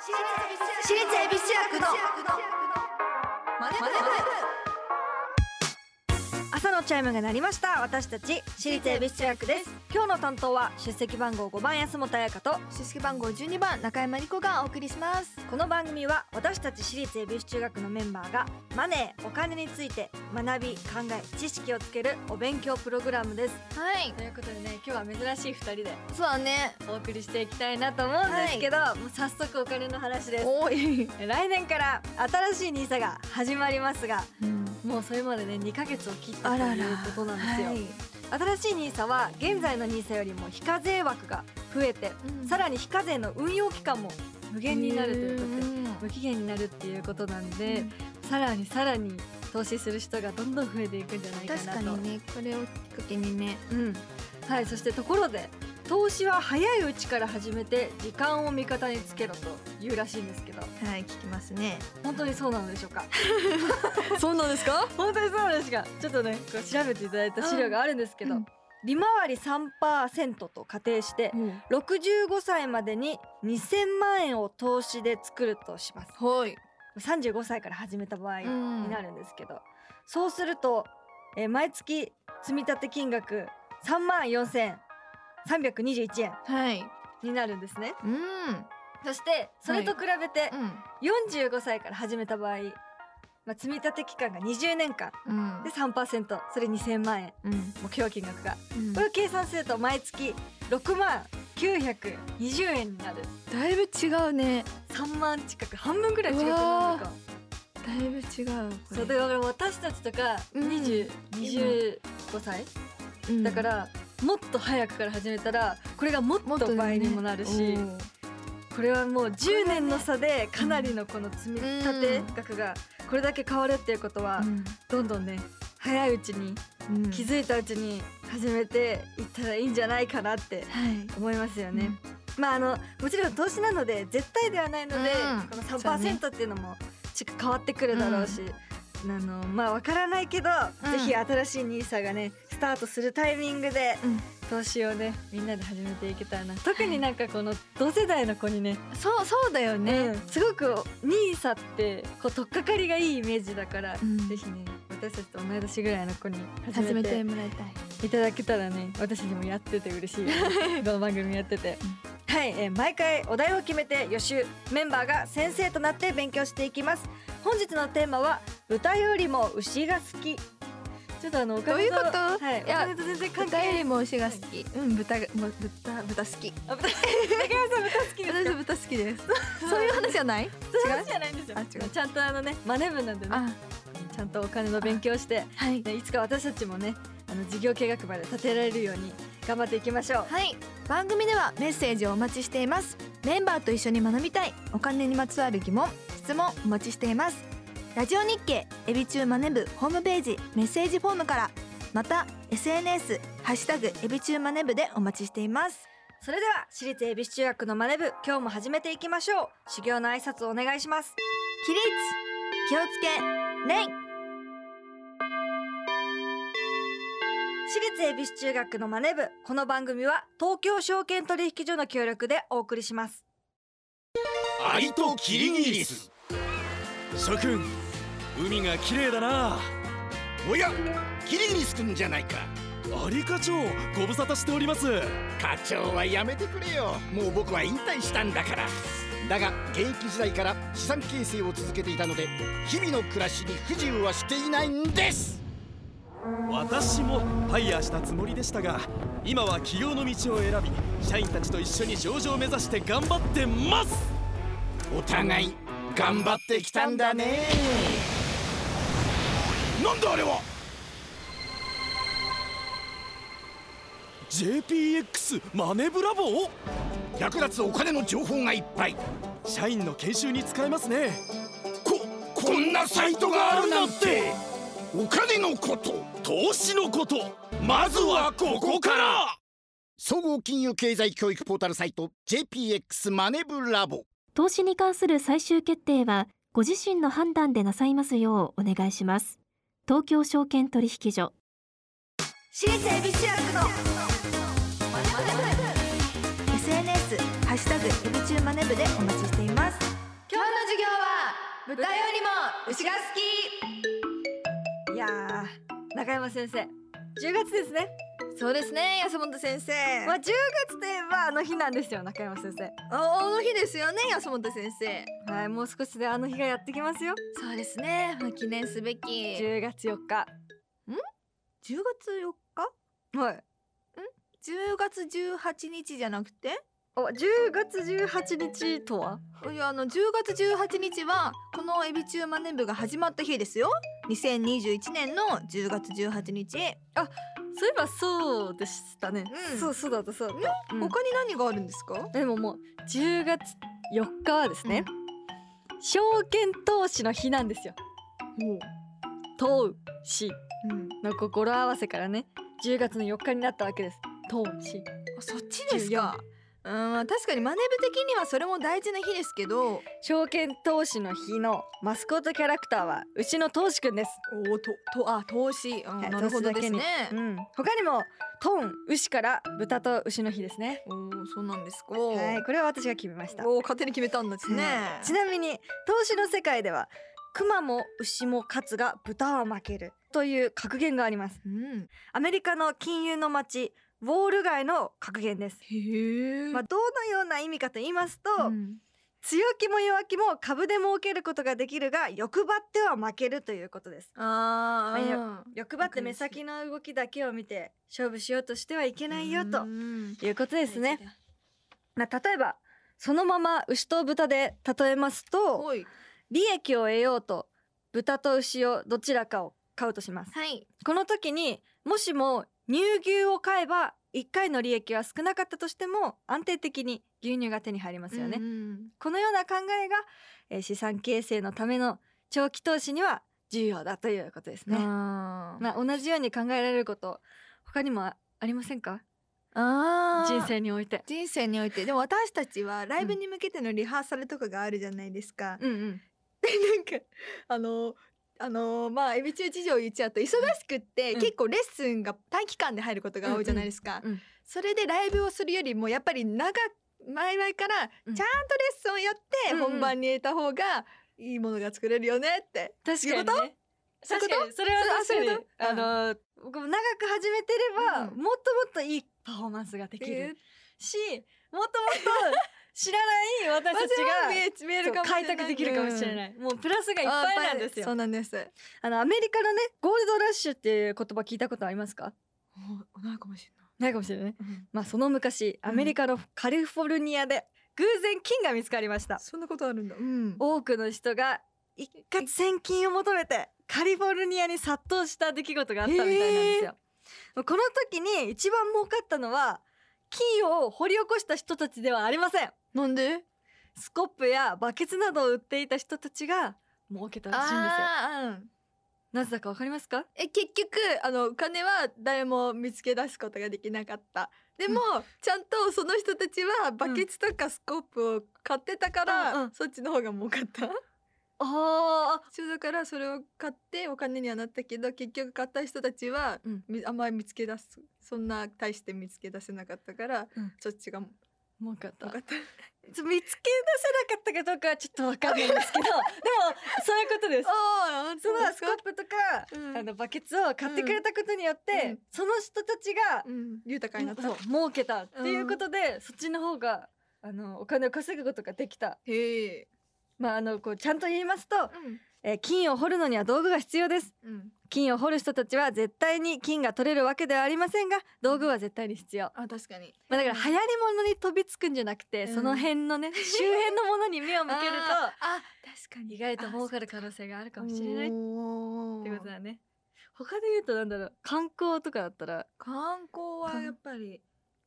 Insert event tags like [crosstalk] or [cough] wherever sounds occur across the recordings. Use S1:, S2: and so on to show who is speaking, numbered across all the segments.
S1: 私立恵比寿薬のマネ
S2: 朝のチャイムが鳴りました私たち私立恵比寿中学です今日の担当は出席番号5番安本彩香と
S1: 出席番号12番中山理子がお送りします
S2: この番組は私たち私立恵比寿中学のメンバーがマネーお金について学び考え知識をつけるお勉強プログラムです
S1: はい
S2: ということでね今日は珍しい2人で
S1: そうだね
S2: お送りしていきたいなと思うんですけど、もう早速お金の話です
S1: おい、
S2: 来年から新しいニーサが始まりますが
S1: うん、
S2: もうそれまでね2ヶ月を切った
S1: あ
S2: と
S1: らら
S2: いうことなんですよ、新しいニーサは現在のニーサよりも非課税枠が増えて、
S1: うん
S2: さらに非課税の運用期間も無限になるということで
S1: うん
S2: 無期限になるっていうことなんで、さらにさらに投資する人がどんどん増えていくんじゃないか
S1: 確
S2: な
S1: か
S2: と
S1: にねこれをきっかけにね
S2: うんはい、そしてところで投資は早いうちから始めて時間を味方につけろと言うらしいんですけど
S1: はい聞きますね
S2: 本当にそうなのでしょうか
S1: [laughs] そうなんですか
S2: 本当にそうなんですかちょっとねこう調べていただいた資料があるんですけど、
S1: うん
S2: 利回り3%と仮定して65歳までに2000万円を投資で作るとします
S1: はい
S2: 35歳から始めた場合に
S1: ん
S2: なるんですけど、そうすると、えー毎月積立金額3万4321円
S1: はい
S2: になるんですね
S1: うんう
S2: そしてそれと比べて
S1: ん
S2: 45歳から始めた場合、まあ、積立期間が20年間
S1: うん
S2: で3%それ2000万円
S1: うん
S2: 目標金額が
S1: うん
S2: これを計算すると毎月6万920円になる
S1: だいぶ違うね
S2: 3万近く半分ぐらい違うと思うか
S1: だいぶ違うこれ
S2: そうだから私たちとか
S1: うん
S2: 2025歳、
S1: うん
S2: だからもっと早くから始めたらこれがもっ
S1: もっと
S2: と倍にもなるし、
S1: ねうん
S2: これはもう10年の差でかなりのこの積み立て額がこれだけ変わるっていうことはどんどんね早いうちに
S1: うん
S2: 気づいたうちに始めていったらいいんじゃないかなって
S1: はい
S2: 思いますよね。まああのもちろん投資なので絶対ではないので、
S1: うん
S2: この
S1: そうね
S2: 3%っていうのもちょっと変わってくるだろうし、あのまあわからないけど、
S1: うん
S2: ぜひ新しいニーサがねスタートするタイミングで
S1: うん
S2: 投資をねみんなで始めていけたらな特になんかこの同世代の子にね、
S1: そうそうだよね、
S2: うんすごくニーサってこう取っかかりがいいイメージだから、
S1: うん
S2: ぜひね私たちと同い年ぐらいの子に
S1: 始
S2: 始
S1: め
S2: め
S1: て
S2: て
S1: もらいたい
S2: いただけたらね私たちもやってて嬉し
S1: [laughs]
S2: いよねこの番組やってて。はい、えー毎回お題を決めて予習メンバーが先生となって勉強していきます本日のテーマは豚よりも牛が好きちょっとあのお金
S1: どういうこと
S2: はい、
S1: いや
S2: お金と全然関係
S1: 豚
S2: な
S1: よ
S2: い
S1: りも牛が好きうん豚がもう豚豚好き
S2: あ豚中山さん豚好きです
S1: 私
S2: か
S1: 豚好きです [laughs] そういう話じゃない
S2: そういう話じゃないんですよ
S1: あ違う
S2: ちゃんとあのねマネ部なんでね
S1: あ
S2: ちゃんとお金の勉強して、
S1: はい
S2: ね、いつか私たちもねあの事業計画まで立てられるように頑張っていきましょう
S1: はい番組ではメッセージをお待ちしていますメンバーと一緒に学びたいお金にまつわる疑問質問お待ちしていますラジオ日経エビ中マネ部ホームページメッセージフォームからまた SNS ハッシュタグエビ中マネ部でお待ちしています
S2: それでは私立恵比寿中学のマネ部今日も始めていきましょう修行の挨拶をお願いします
S1: 起立気をつけ礼
S2: 私立恵比寿中学のマネ部この番組は東京証券取引所の協力でお送りします
S3: アリとキリギリス諸君海が綺麗だなおやキリギリス君じゃないか
S4: アリ課長ご無沙汰しております
S3: 課長はやめてくれよもう僕は引退したんだからだが現役時代から資産形成を続けていたので日々の暮らしに不自由はしていないんです
S4: 私もファイヤーしたつもりでしたが今は起業の道を選び社員たちと一緒に上場を目指して頑張ってます
S3: お互い頑張ってきたんだねなんだあれは
S4: JPX マネブラボ
S3: 役立つお金の情報がいっぱい
S4: 社員の研修に使えますね
S3: ここんなサイトがあるなんてお金のこと
S4: 投資のことまずはここから
S3: 総合金融経済教育ポータルサイト JPX マネブラボ
S5: 投資に関する最終決定はご自身の判断でなさいますようお願いします東京証券取引所
S2: 私立恵比寿中学の
S1: SNS ハッシシュタグエビチューマネ部でお待ちしています今日の授業は豚よりも牛が好
S2: いやー中山先生10月ですね
S1: きそうですね安本先生
S2: まあ10月といえばあの日なんですよ中山先生
S1: ああの日ですよね安本先生
S2: はいもう少しであの日がやってきますよ
S1: そうですね、まあ、記念すべき10
S2: 10月4日
S1: 月4日
S2: はい
S1: 10月18日じゃなくて
S2: お10月18日とはい
S1: やあの10月18日はこのエビチューマネ部が始まった日ですよ2021年の10月18日、
S2: そういえばそうでしたね、
S1: うん
S2: そうそうだったそうだった、うん
S1: 他に何があるんですか
S2: でももう10月4日はですね、証券投資の日なんですよ投資
S1: うん、
S2: の語語呂合わせからね10月の4日になったわけです投資
S1: あそっちですかうんまあ確かにマネ部的にはそれも大事な日ですけど
S2: 証券投資の日のマスコットキャラクターは牛の投資くんです、
S1: おととあ投資、うん
S2: はい
S1: なるほどですね
S2: うん、他にもトン牛から豚と牛の日ですね
S1: おーそうなんですか、
S2: はいこれは私が決めました
S1: おー勝手に決めたんですね
S2: ちなみに投資の世界では熊も牛も勝つが豚は負けるという格言があります
S1: うん
S2: アメリカの金融の街ウォール街の格言です
S1: へえ
S2: まあ、どのような意味かと言いますと、
S1: うん
S2: 強気も弱気も株で儲けることができるが欲張っては負けるということです
S1: あ
S2: まあ
S1: ー、
S2: よ
S1: あ
S2: 欲張って目先の動きだけを見て勝負しようとしてはいけないよと
S1: うん
S2: いうことですね、まあ、例えばそのまま牛と豚で例えますと
S1: おい
S2: 利益を得ようと豚と牛をどちらかを買うとします
S1: はい
S2: この時にもしも乳牛を買えば1回の利益は少なかったとしても安定的に牛乳が手に入りますよね、
S1: うんうん
S2: このような考えが、えー資産形成のための長期投資には重要だということですね。
S1: あー
S2: まあ、同じように考えられること他にもあありませんか
S1: あー
S2: 人生において。
S1: 人生においてでも私たちはライブに向けてのリハーサルとかがあるじゃないですか、
S2: うんうん、
S1: なんかあのあのまあエビ中事情言っちゃうと忙しくって、
S2: うん
S1: 結構レッスンが短期間で入ることが多いじゃないですか、
S2: うんうんうん
S1: それでライブをするよりもやっぱり長前々からちゃ
S2: うん
S1: とレ
S2: ん
S1: ッスンをやって
S2: うんうん
S1: 本番に入れた方がいいものが作れるよねって、
S2: 確かに、ね、
S1: そういうこと
S2: 確かにそれは確
S1: そう
S2: か
S1: い
S2: に
S1: うこと
S2: あの僕も長く始めてれば、
S1: うん
S2: もっともっといいパフォーマンスができるしもっともっと知らない私
S1: [laughs] 私
S2: たち
S1: は見
S2: が
S1: え見え
S2: そ
S1: る
S2: う
S1: かもしれない
S2: 開拓できるかもしれ
S1: い、
S2: ない、もうプラスがい
S1: うん
S2: っ
S1: あ
S2: ぱ
S1: や
S2: い
S1: っぱ
S2: な
S1: り
S2: んですよ
S1: そうなんです
S2: あのアメリカのねゴールドラッシュっていう言葉聞いたことありますか
S1: おないかもし
S2: ないかもしれないね
S1: れない、うん
S2: まあその昔アメリカのカリフォルニアで偶然金が見つかりました
S1: そんなことあるんだうん
S2: 多くの人が一括千金を求めてカリフォルニアに殺到した出来事があったみたいなんですよ、この時に一番儲かったのは金を掘り起こした人たちではありません
S1: なんで
S2: スコップやバケツなどを売っていた人たちが儲けたらしいんですよ
S1: あーうん
S2: なぜだかわかりますか
S1: え結局あのお金は誰も見つけ出すことができなかったでも、ちゃんとその人たちはバケツとかスコープを買ってたから、
S2: うんうん
S1: そっちの方が儲かった
S2: ああ
S1: そうだからそれを買ってお金にはなったけど結局買った人たちは、
S2: うん
S1: みあんまり見つけ出すそんな大して見つけ出せなかったから、
S2: うん
S1: そっちが儲
S2: 儲かった
S1: かった
S2: ちょ見つけ出せなかったかどうかはちょっとわかんないんです
S1: [laughs]
S2: けどでもそういうことです
S1: ああ
S2: そのスコップとか、
S1: うん
S2: あのバケツを買ってくれたことによって、
S1: うん
S2: その人たちが、
S1: うん豊かになった、
S2: そう儲けた [laughs] っていうことで、そっちの方があのお金を稼ぐことができた
S1: へえ
S2: まああのこうちゃんと言いますと、
S1: うん
S2: えー金を掘るのには道具が必要です
S1: うん
S2: 金を掘る人たちは絶対に金が取れるわけではありませんが道具は絶対に必要、
S1: あ確かに
S2: まあ、だから流行り物に飛びつくんじゃなくて、
S1: うん
S2: その辺 [laughs] のね周辺のものに目を向けると
S1: あ確かに
S2: 意外と儲
S1: る
S2: かる可能性がある
S1: か
S2: かもしれないっ
S1: って
S2: てことだね。他で言うとなんだろう観光とかだったら
S1: 観光
S2: か
S1: は
S2: ん
S1: やっぱり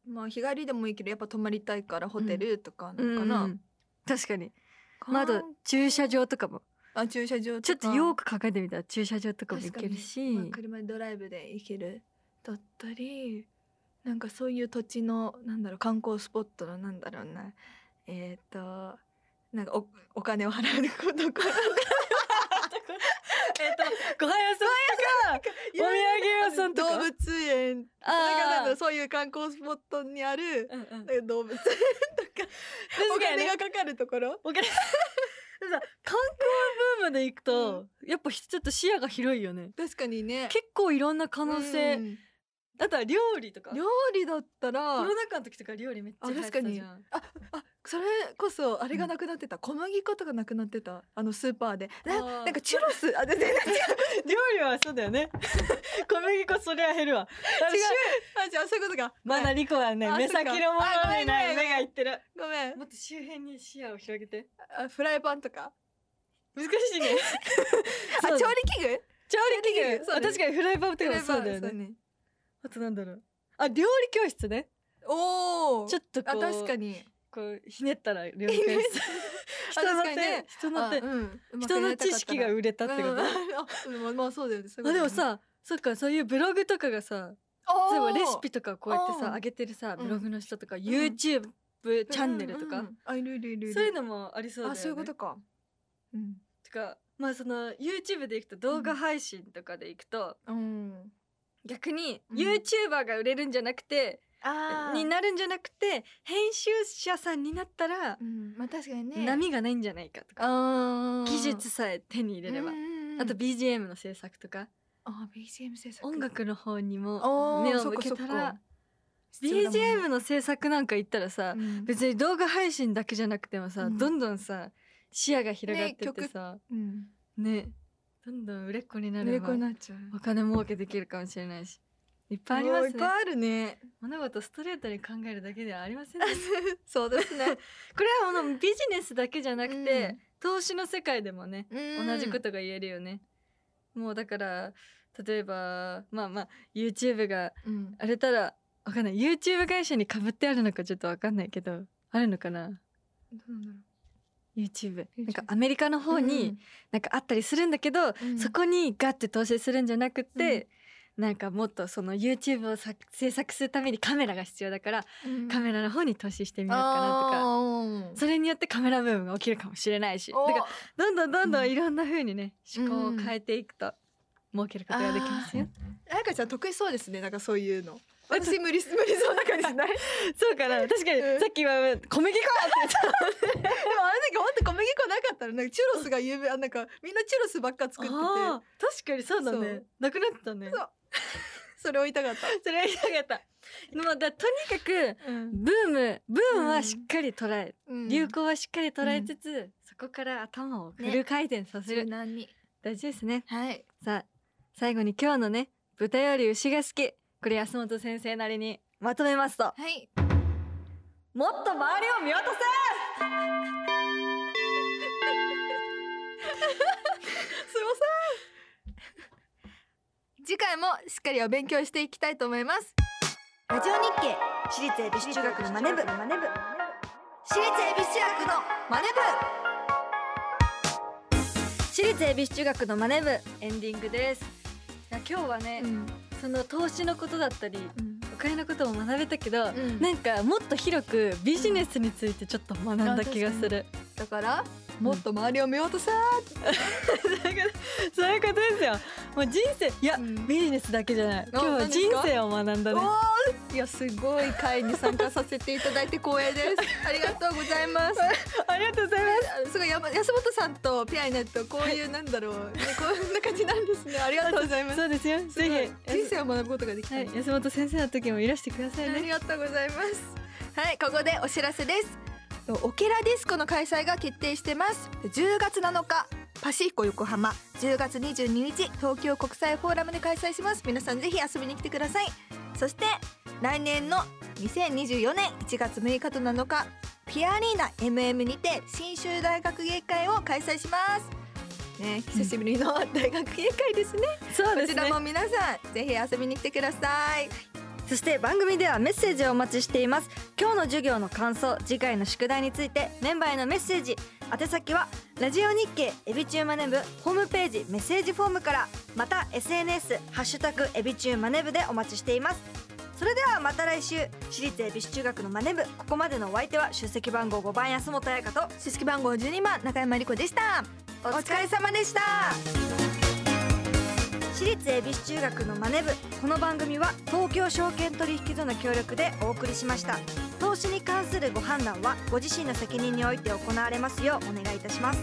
S1: まあ日帰りでもいいけどやっぱ泊まりたいからホテルとかなのかな、
S2: うん確かに
S1: かん
S2: まだ駐車場とかも
S1: あ駐車場とか
S2: ちょっとよ
S1: く
S2: く考えてみたら駐車場とかも行けるし、
S1: 車でドライブで行けるだったりなんかそういう土地のなんだろう観光スポットのなんだろうなえっ、
S2: [laughs]
S1: となんかおお金を払うことこ
S2: 小林さんとかお土産屋さんとか
S1: 動物園
S2: あ
S1: だからなん
S2: ー
S1: だろうそういう観光スポットにある
S2: う
S1: [laughs]
S2: んうん
S1: なんか動物園とかお
S2: 確かに
S1: 金
S2: ね
S1: がかかるところ
S2: お金 [laughs] でもさ観光ブームで行くと、やっぱひちょっと視野が広いよね
S1: 確かにね
S2: 結構いろんな可能性、
S1: うん
S2: あとは料理とか
S1: 料理だった
S2: コ
S1: ら
S2: ロナ禍の時とか料理めっちゃ流行ってたじゃん
S1: あそれこそあれがなくなってた、小麦粉とかなくなってたあのスーパーで
S2: あ
S1: な
S2: ー
S1: なんかチュロ [laughs] スあ全然違う
S2: 料理はそうだよね [laughs] 小麦粉そりゃ減るわ違
S1: 違うあじゃあそういうことか
S2: まだリコはね
S1: あ
S2: 目
S1: そっか
S2: 先のものにな
S1: あごめんごめ
S2: い
S1: ん
S2: 目がいってる
S1: ごめん
S2: もっと周辺に視野を広げて
S1: あフライパンとか
S2: 難し [laughs] いね
S1: あ
S2: そ
S1: 調
S2: う
S1: 理器具
S2: 調理器
S1: 調理器具
S2: 具
S1: そう
S2: あ
S1: だね
S2: 確かにフライパンと
S1: フラ
S2: かも
S1: イパ
S2: そ
S1: ン
S2: うだよね
S1: そうね
S2: あとなんだろうあ料理教室ね
S1: おお
S2: ちょっとこ
S1: あ
S2: う
S1: 確かに
S2: こうひねったら料理教
S1: ひねっ [laughs]
S2: 室人の
S1: あ確かにね
S2: 手人の手
S1: あうんうまく
S2: 人
S1: や
S2: の
S1: りたかったな
S2: 知識が売れたってこと
S1: うん、あうんまあまあそうだよねそうい
S2: あ
S1: う
S2: で
S1: こ
S2: も
S1: とだよね
S2: さそっかそういうブログとかがさ例えばレシピとかこうやって
S1: お
S2: さ
S1: ー
S2: 上げてるさ
S1: うん
S2: ブログの人とか YouTube
S1: おー
S2: チャンネルと
S1: うん
S2: か
S1: うんうんあいるいるいるる
S2: そういうのもありそうだよ
S1: あ
S2: ね
S1: そういうことかうん
S2: とかまあその YouTube で行くと動画配信とかで行くと
S1: うん
S2: 逆に
S1: うん
S2: YouTuber が売れるんじゃなくて
S1: あ
S2: になるんじゃなくて編集者さんになったら
S1: うんまあ確かにね
S2: 波がないんじゃないかとか
S1: あー
S2: 技術さえ手に入れれば
S1: うんうんうん
S2: あと BGM の制作とか
S1: あ BGM 制作
S2: 音楽の方に
S1: あ
S2: も
S1: ー
S2: 目を
S1: そっ
S2: 向
S1: か
S2: け
S1: そったから必要だもんね
S2: BGM の制作なんか行ったらさ
S1: うん
S2: 別に動画配信だけじゃなくてもさ、
S1: うん
S2: どんどんさ視野が広がってっ
S1: ね
S2: て
S1: 曲
S2: さ
S1: うん
S2: ねどんどん売れっ子にな
S1: 売れ
S2: れ
S1: っ
S2: ば
S1: 子になっちゃう
S2: お金儲けできるかもしれないしいっぱいあります
S1: いっ
S2: ね
S1: ぱいある
S2: [laughs]
S1: ね
S2: 物事ストレートに考えるだけではありませんね
S1: そうですね
S2: これはもうビジネスだけじゃなくて、投資の世界でもね
S1: うん
S2: 同じことが言えるよね、もうだから例えばまあまあ YouTube が
S1: うん
S2: あれたらわかんない YouTube 会社にかぶってあるのかちょっとわかんないけどあるのかな
S1: どうなんだろ
S2: YouTube,
S1: YouTube
S2: なんかアメリカの
S1: う
S2: 方になんかあったりするんだけど、
S1: うん
S2: そこにガッて投資するんじゃなくて、なんかもっとその YouTube をさ制作するためにカメラが必要だから、
S1: うん
S2: カメラの方に投資してみようかなとか
S1: あー
S2: それによってカメラブームが起きるかもしれないしだからどんどんどんど
S1: うんん
S2: いろんな風にね思考を
S1: うん
S2: 変えていくと儲けることができますよ。
S1: あやかちゃん得意そうですねなんかそういうの私無理無理そうな感じ
S2: [laughs]
S1: しないでも
S2: そうかな確かに
S1: うん
S2: さっきは小麦粉
S1: あれだけ本当小麦粉なかったらなんかチュロスが有名あなんかみんなチュロスばっか作ってて
S2: あー確かにそうだ
S1: そ
S2: ね
S1: う
S2: なくなったね
S1: そうそれを言いたかった、
S2: それは言いたかったもうだとにかく
S1: うん
S2: ブームブームはしっかり捉え、流行はしっかり捉えつつ、そこから頭をフル回転させる、
S1: 軟に
S2: 大事ですね
S1: はい
S2: さあ最後に今日のね豚より牛が好きこれ安本先生なりにまとめますと
S1: はい
S2: もっと周りを見
S1: す
S2: 渡
S1: いません次回もしっかりお勉強していきたいと思いますラジオ日経
S2: せ私立恵比寿中学のマネ部マネ部
S1: 私立恵比寿中学のマネ部
S2: 私立恵比寿中学のマネ部エンディングですいや今日はね、
S1: うん
S2: その投資のことだったり
S1: うん
S2: お金のことも学べたけど、
S1: うん
S2: なんかもっと広くビジネスについてちょっと学んだ気がする、
S1: だからもっと周りを見渡せ、
S2: そういうことですよもう人生いや、
S1: うん
S2: ビジネスだけじゃない今日は
S1: 何です
S2: 人
S1: か
S2: 生を学んだね
S1: おーいやすごい会に参加させていただいて光栄です
S2: [laughs]
S1: ありがとうございます
S2: ありがとうございます
S1: あのすごい山安本さんとペアになるとこういうなんだろう、ね、こんな感じなんですねありがとうございます
S2: そうですよ
S1: すごい
S2: ぜひ
S1: 人生を学ぶことができた
S2: は
S1: の
S2: い、安本先生の時もいらしてください
S1: あ
S2: ね
S1: りがとうございますはいここでお知らせですオケラディスコの開催が決定してます10月7日パシフィコ横浜10月22日東京国際フォーラムで開催します皆さんぜひ遊びに来てくださいそして来年の2024年1月6日と7日ピアリーナ MM にて新州大学芸会を開催しますね久しぶりの大学芸会ですね
S2: そう
S1: こ
S2: で
S1: ち
S2: す
S1: ら
S2: ね
S1: も皆さんぜひ遊びに来てください
S2: そして番組ではメッセージをお待ちしています今日の授業の感想次回の宿題についてメンバーへのメッセージ宛先はラジオ日経エビチューマネブホームページメッセージフォームからまた SNS ハッシュタグエビチューマネブでお待ちしていますそれではまた来週私立恵比寿中学のマネブここまでのお相手は出席番号5番安本彩香と
S1: 出席番号12番中山理子でしたお疲れ様でした
S2: 私立恵比寿中学のマネ部この番組は東京証券取引所の協力でお送りしました投資に関するご判断はご自身の責任において行われますようお願いいたします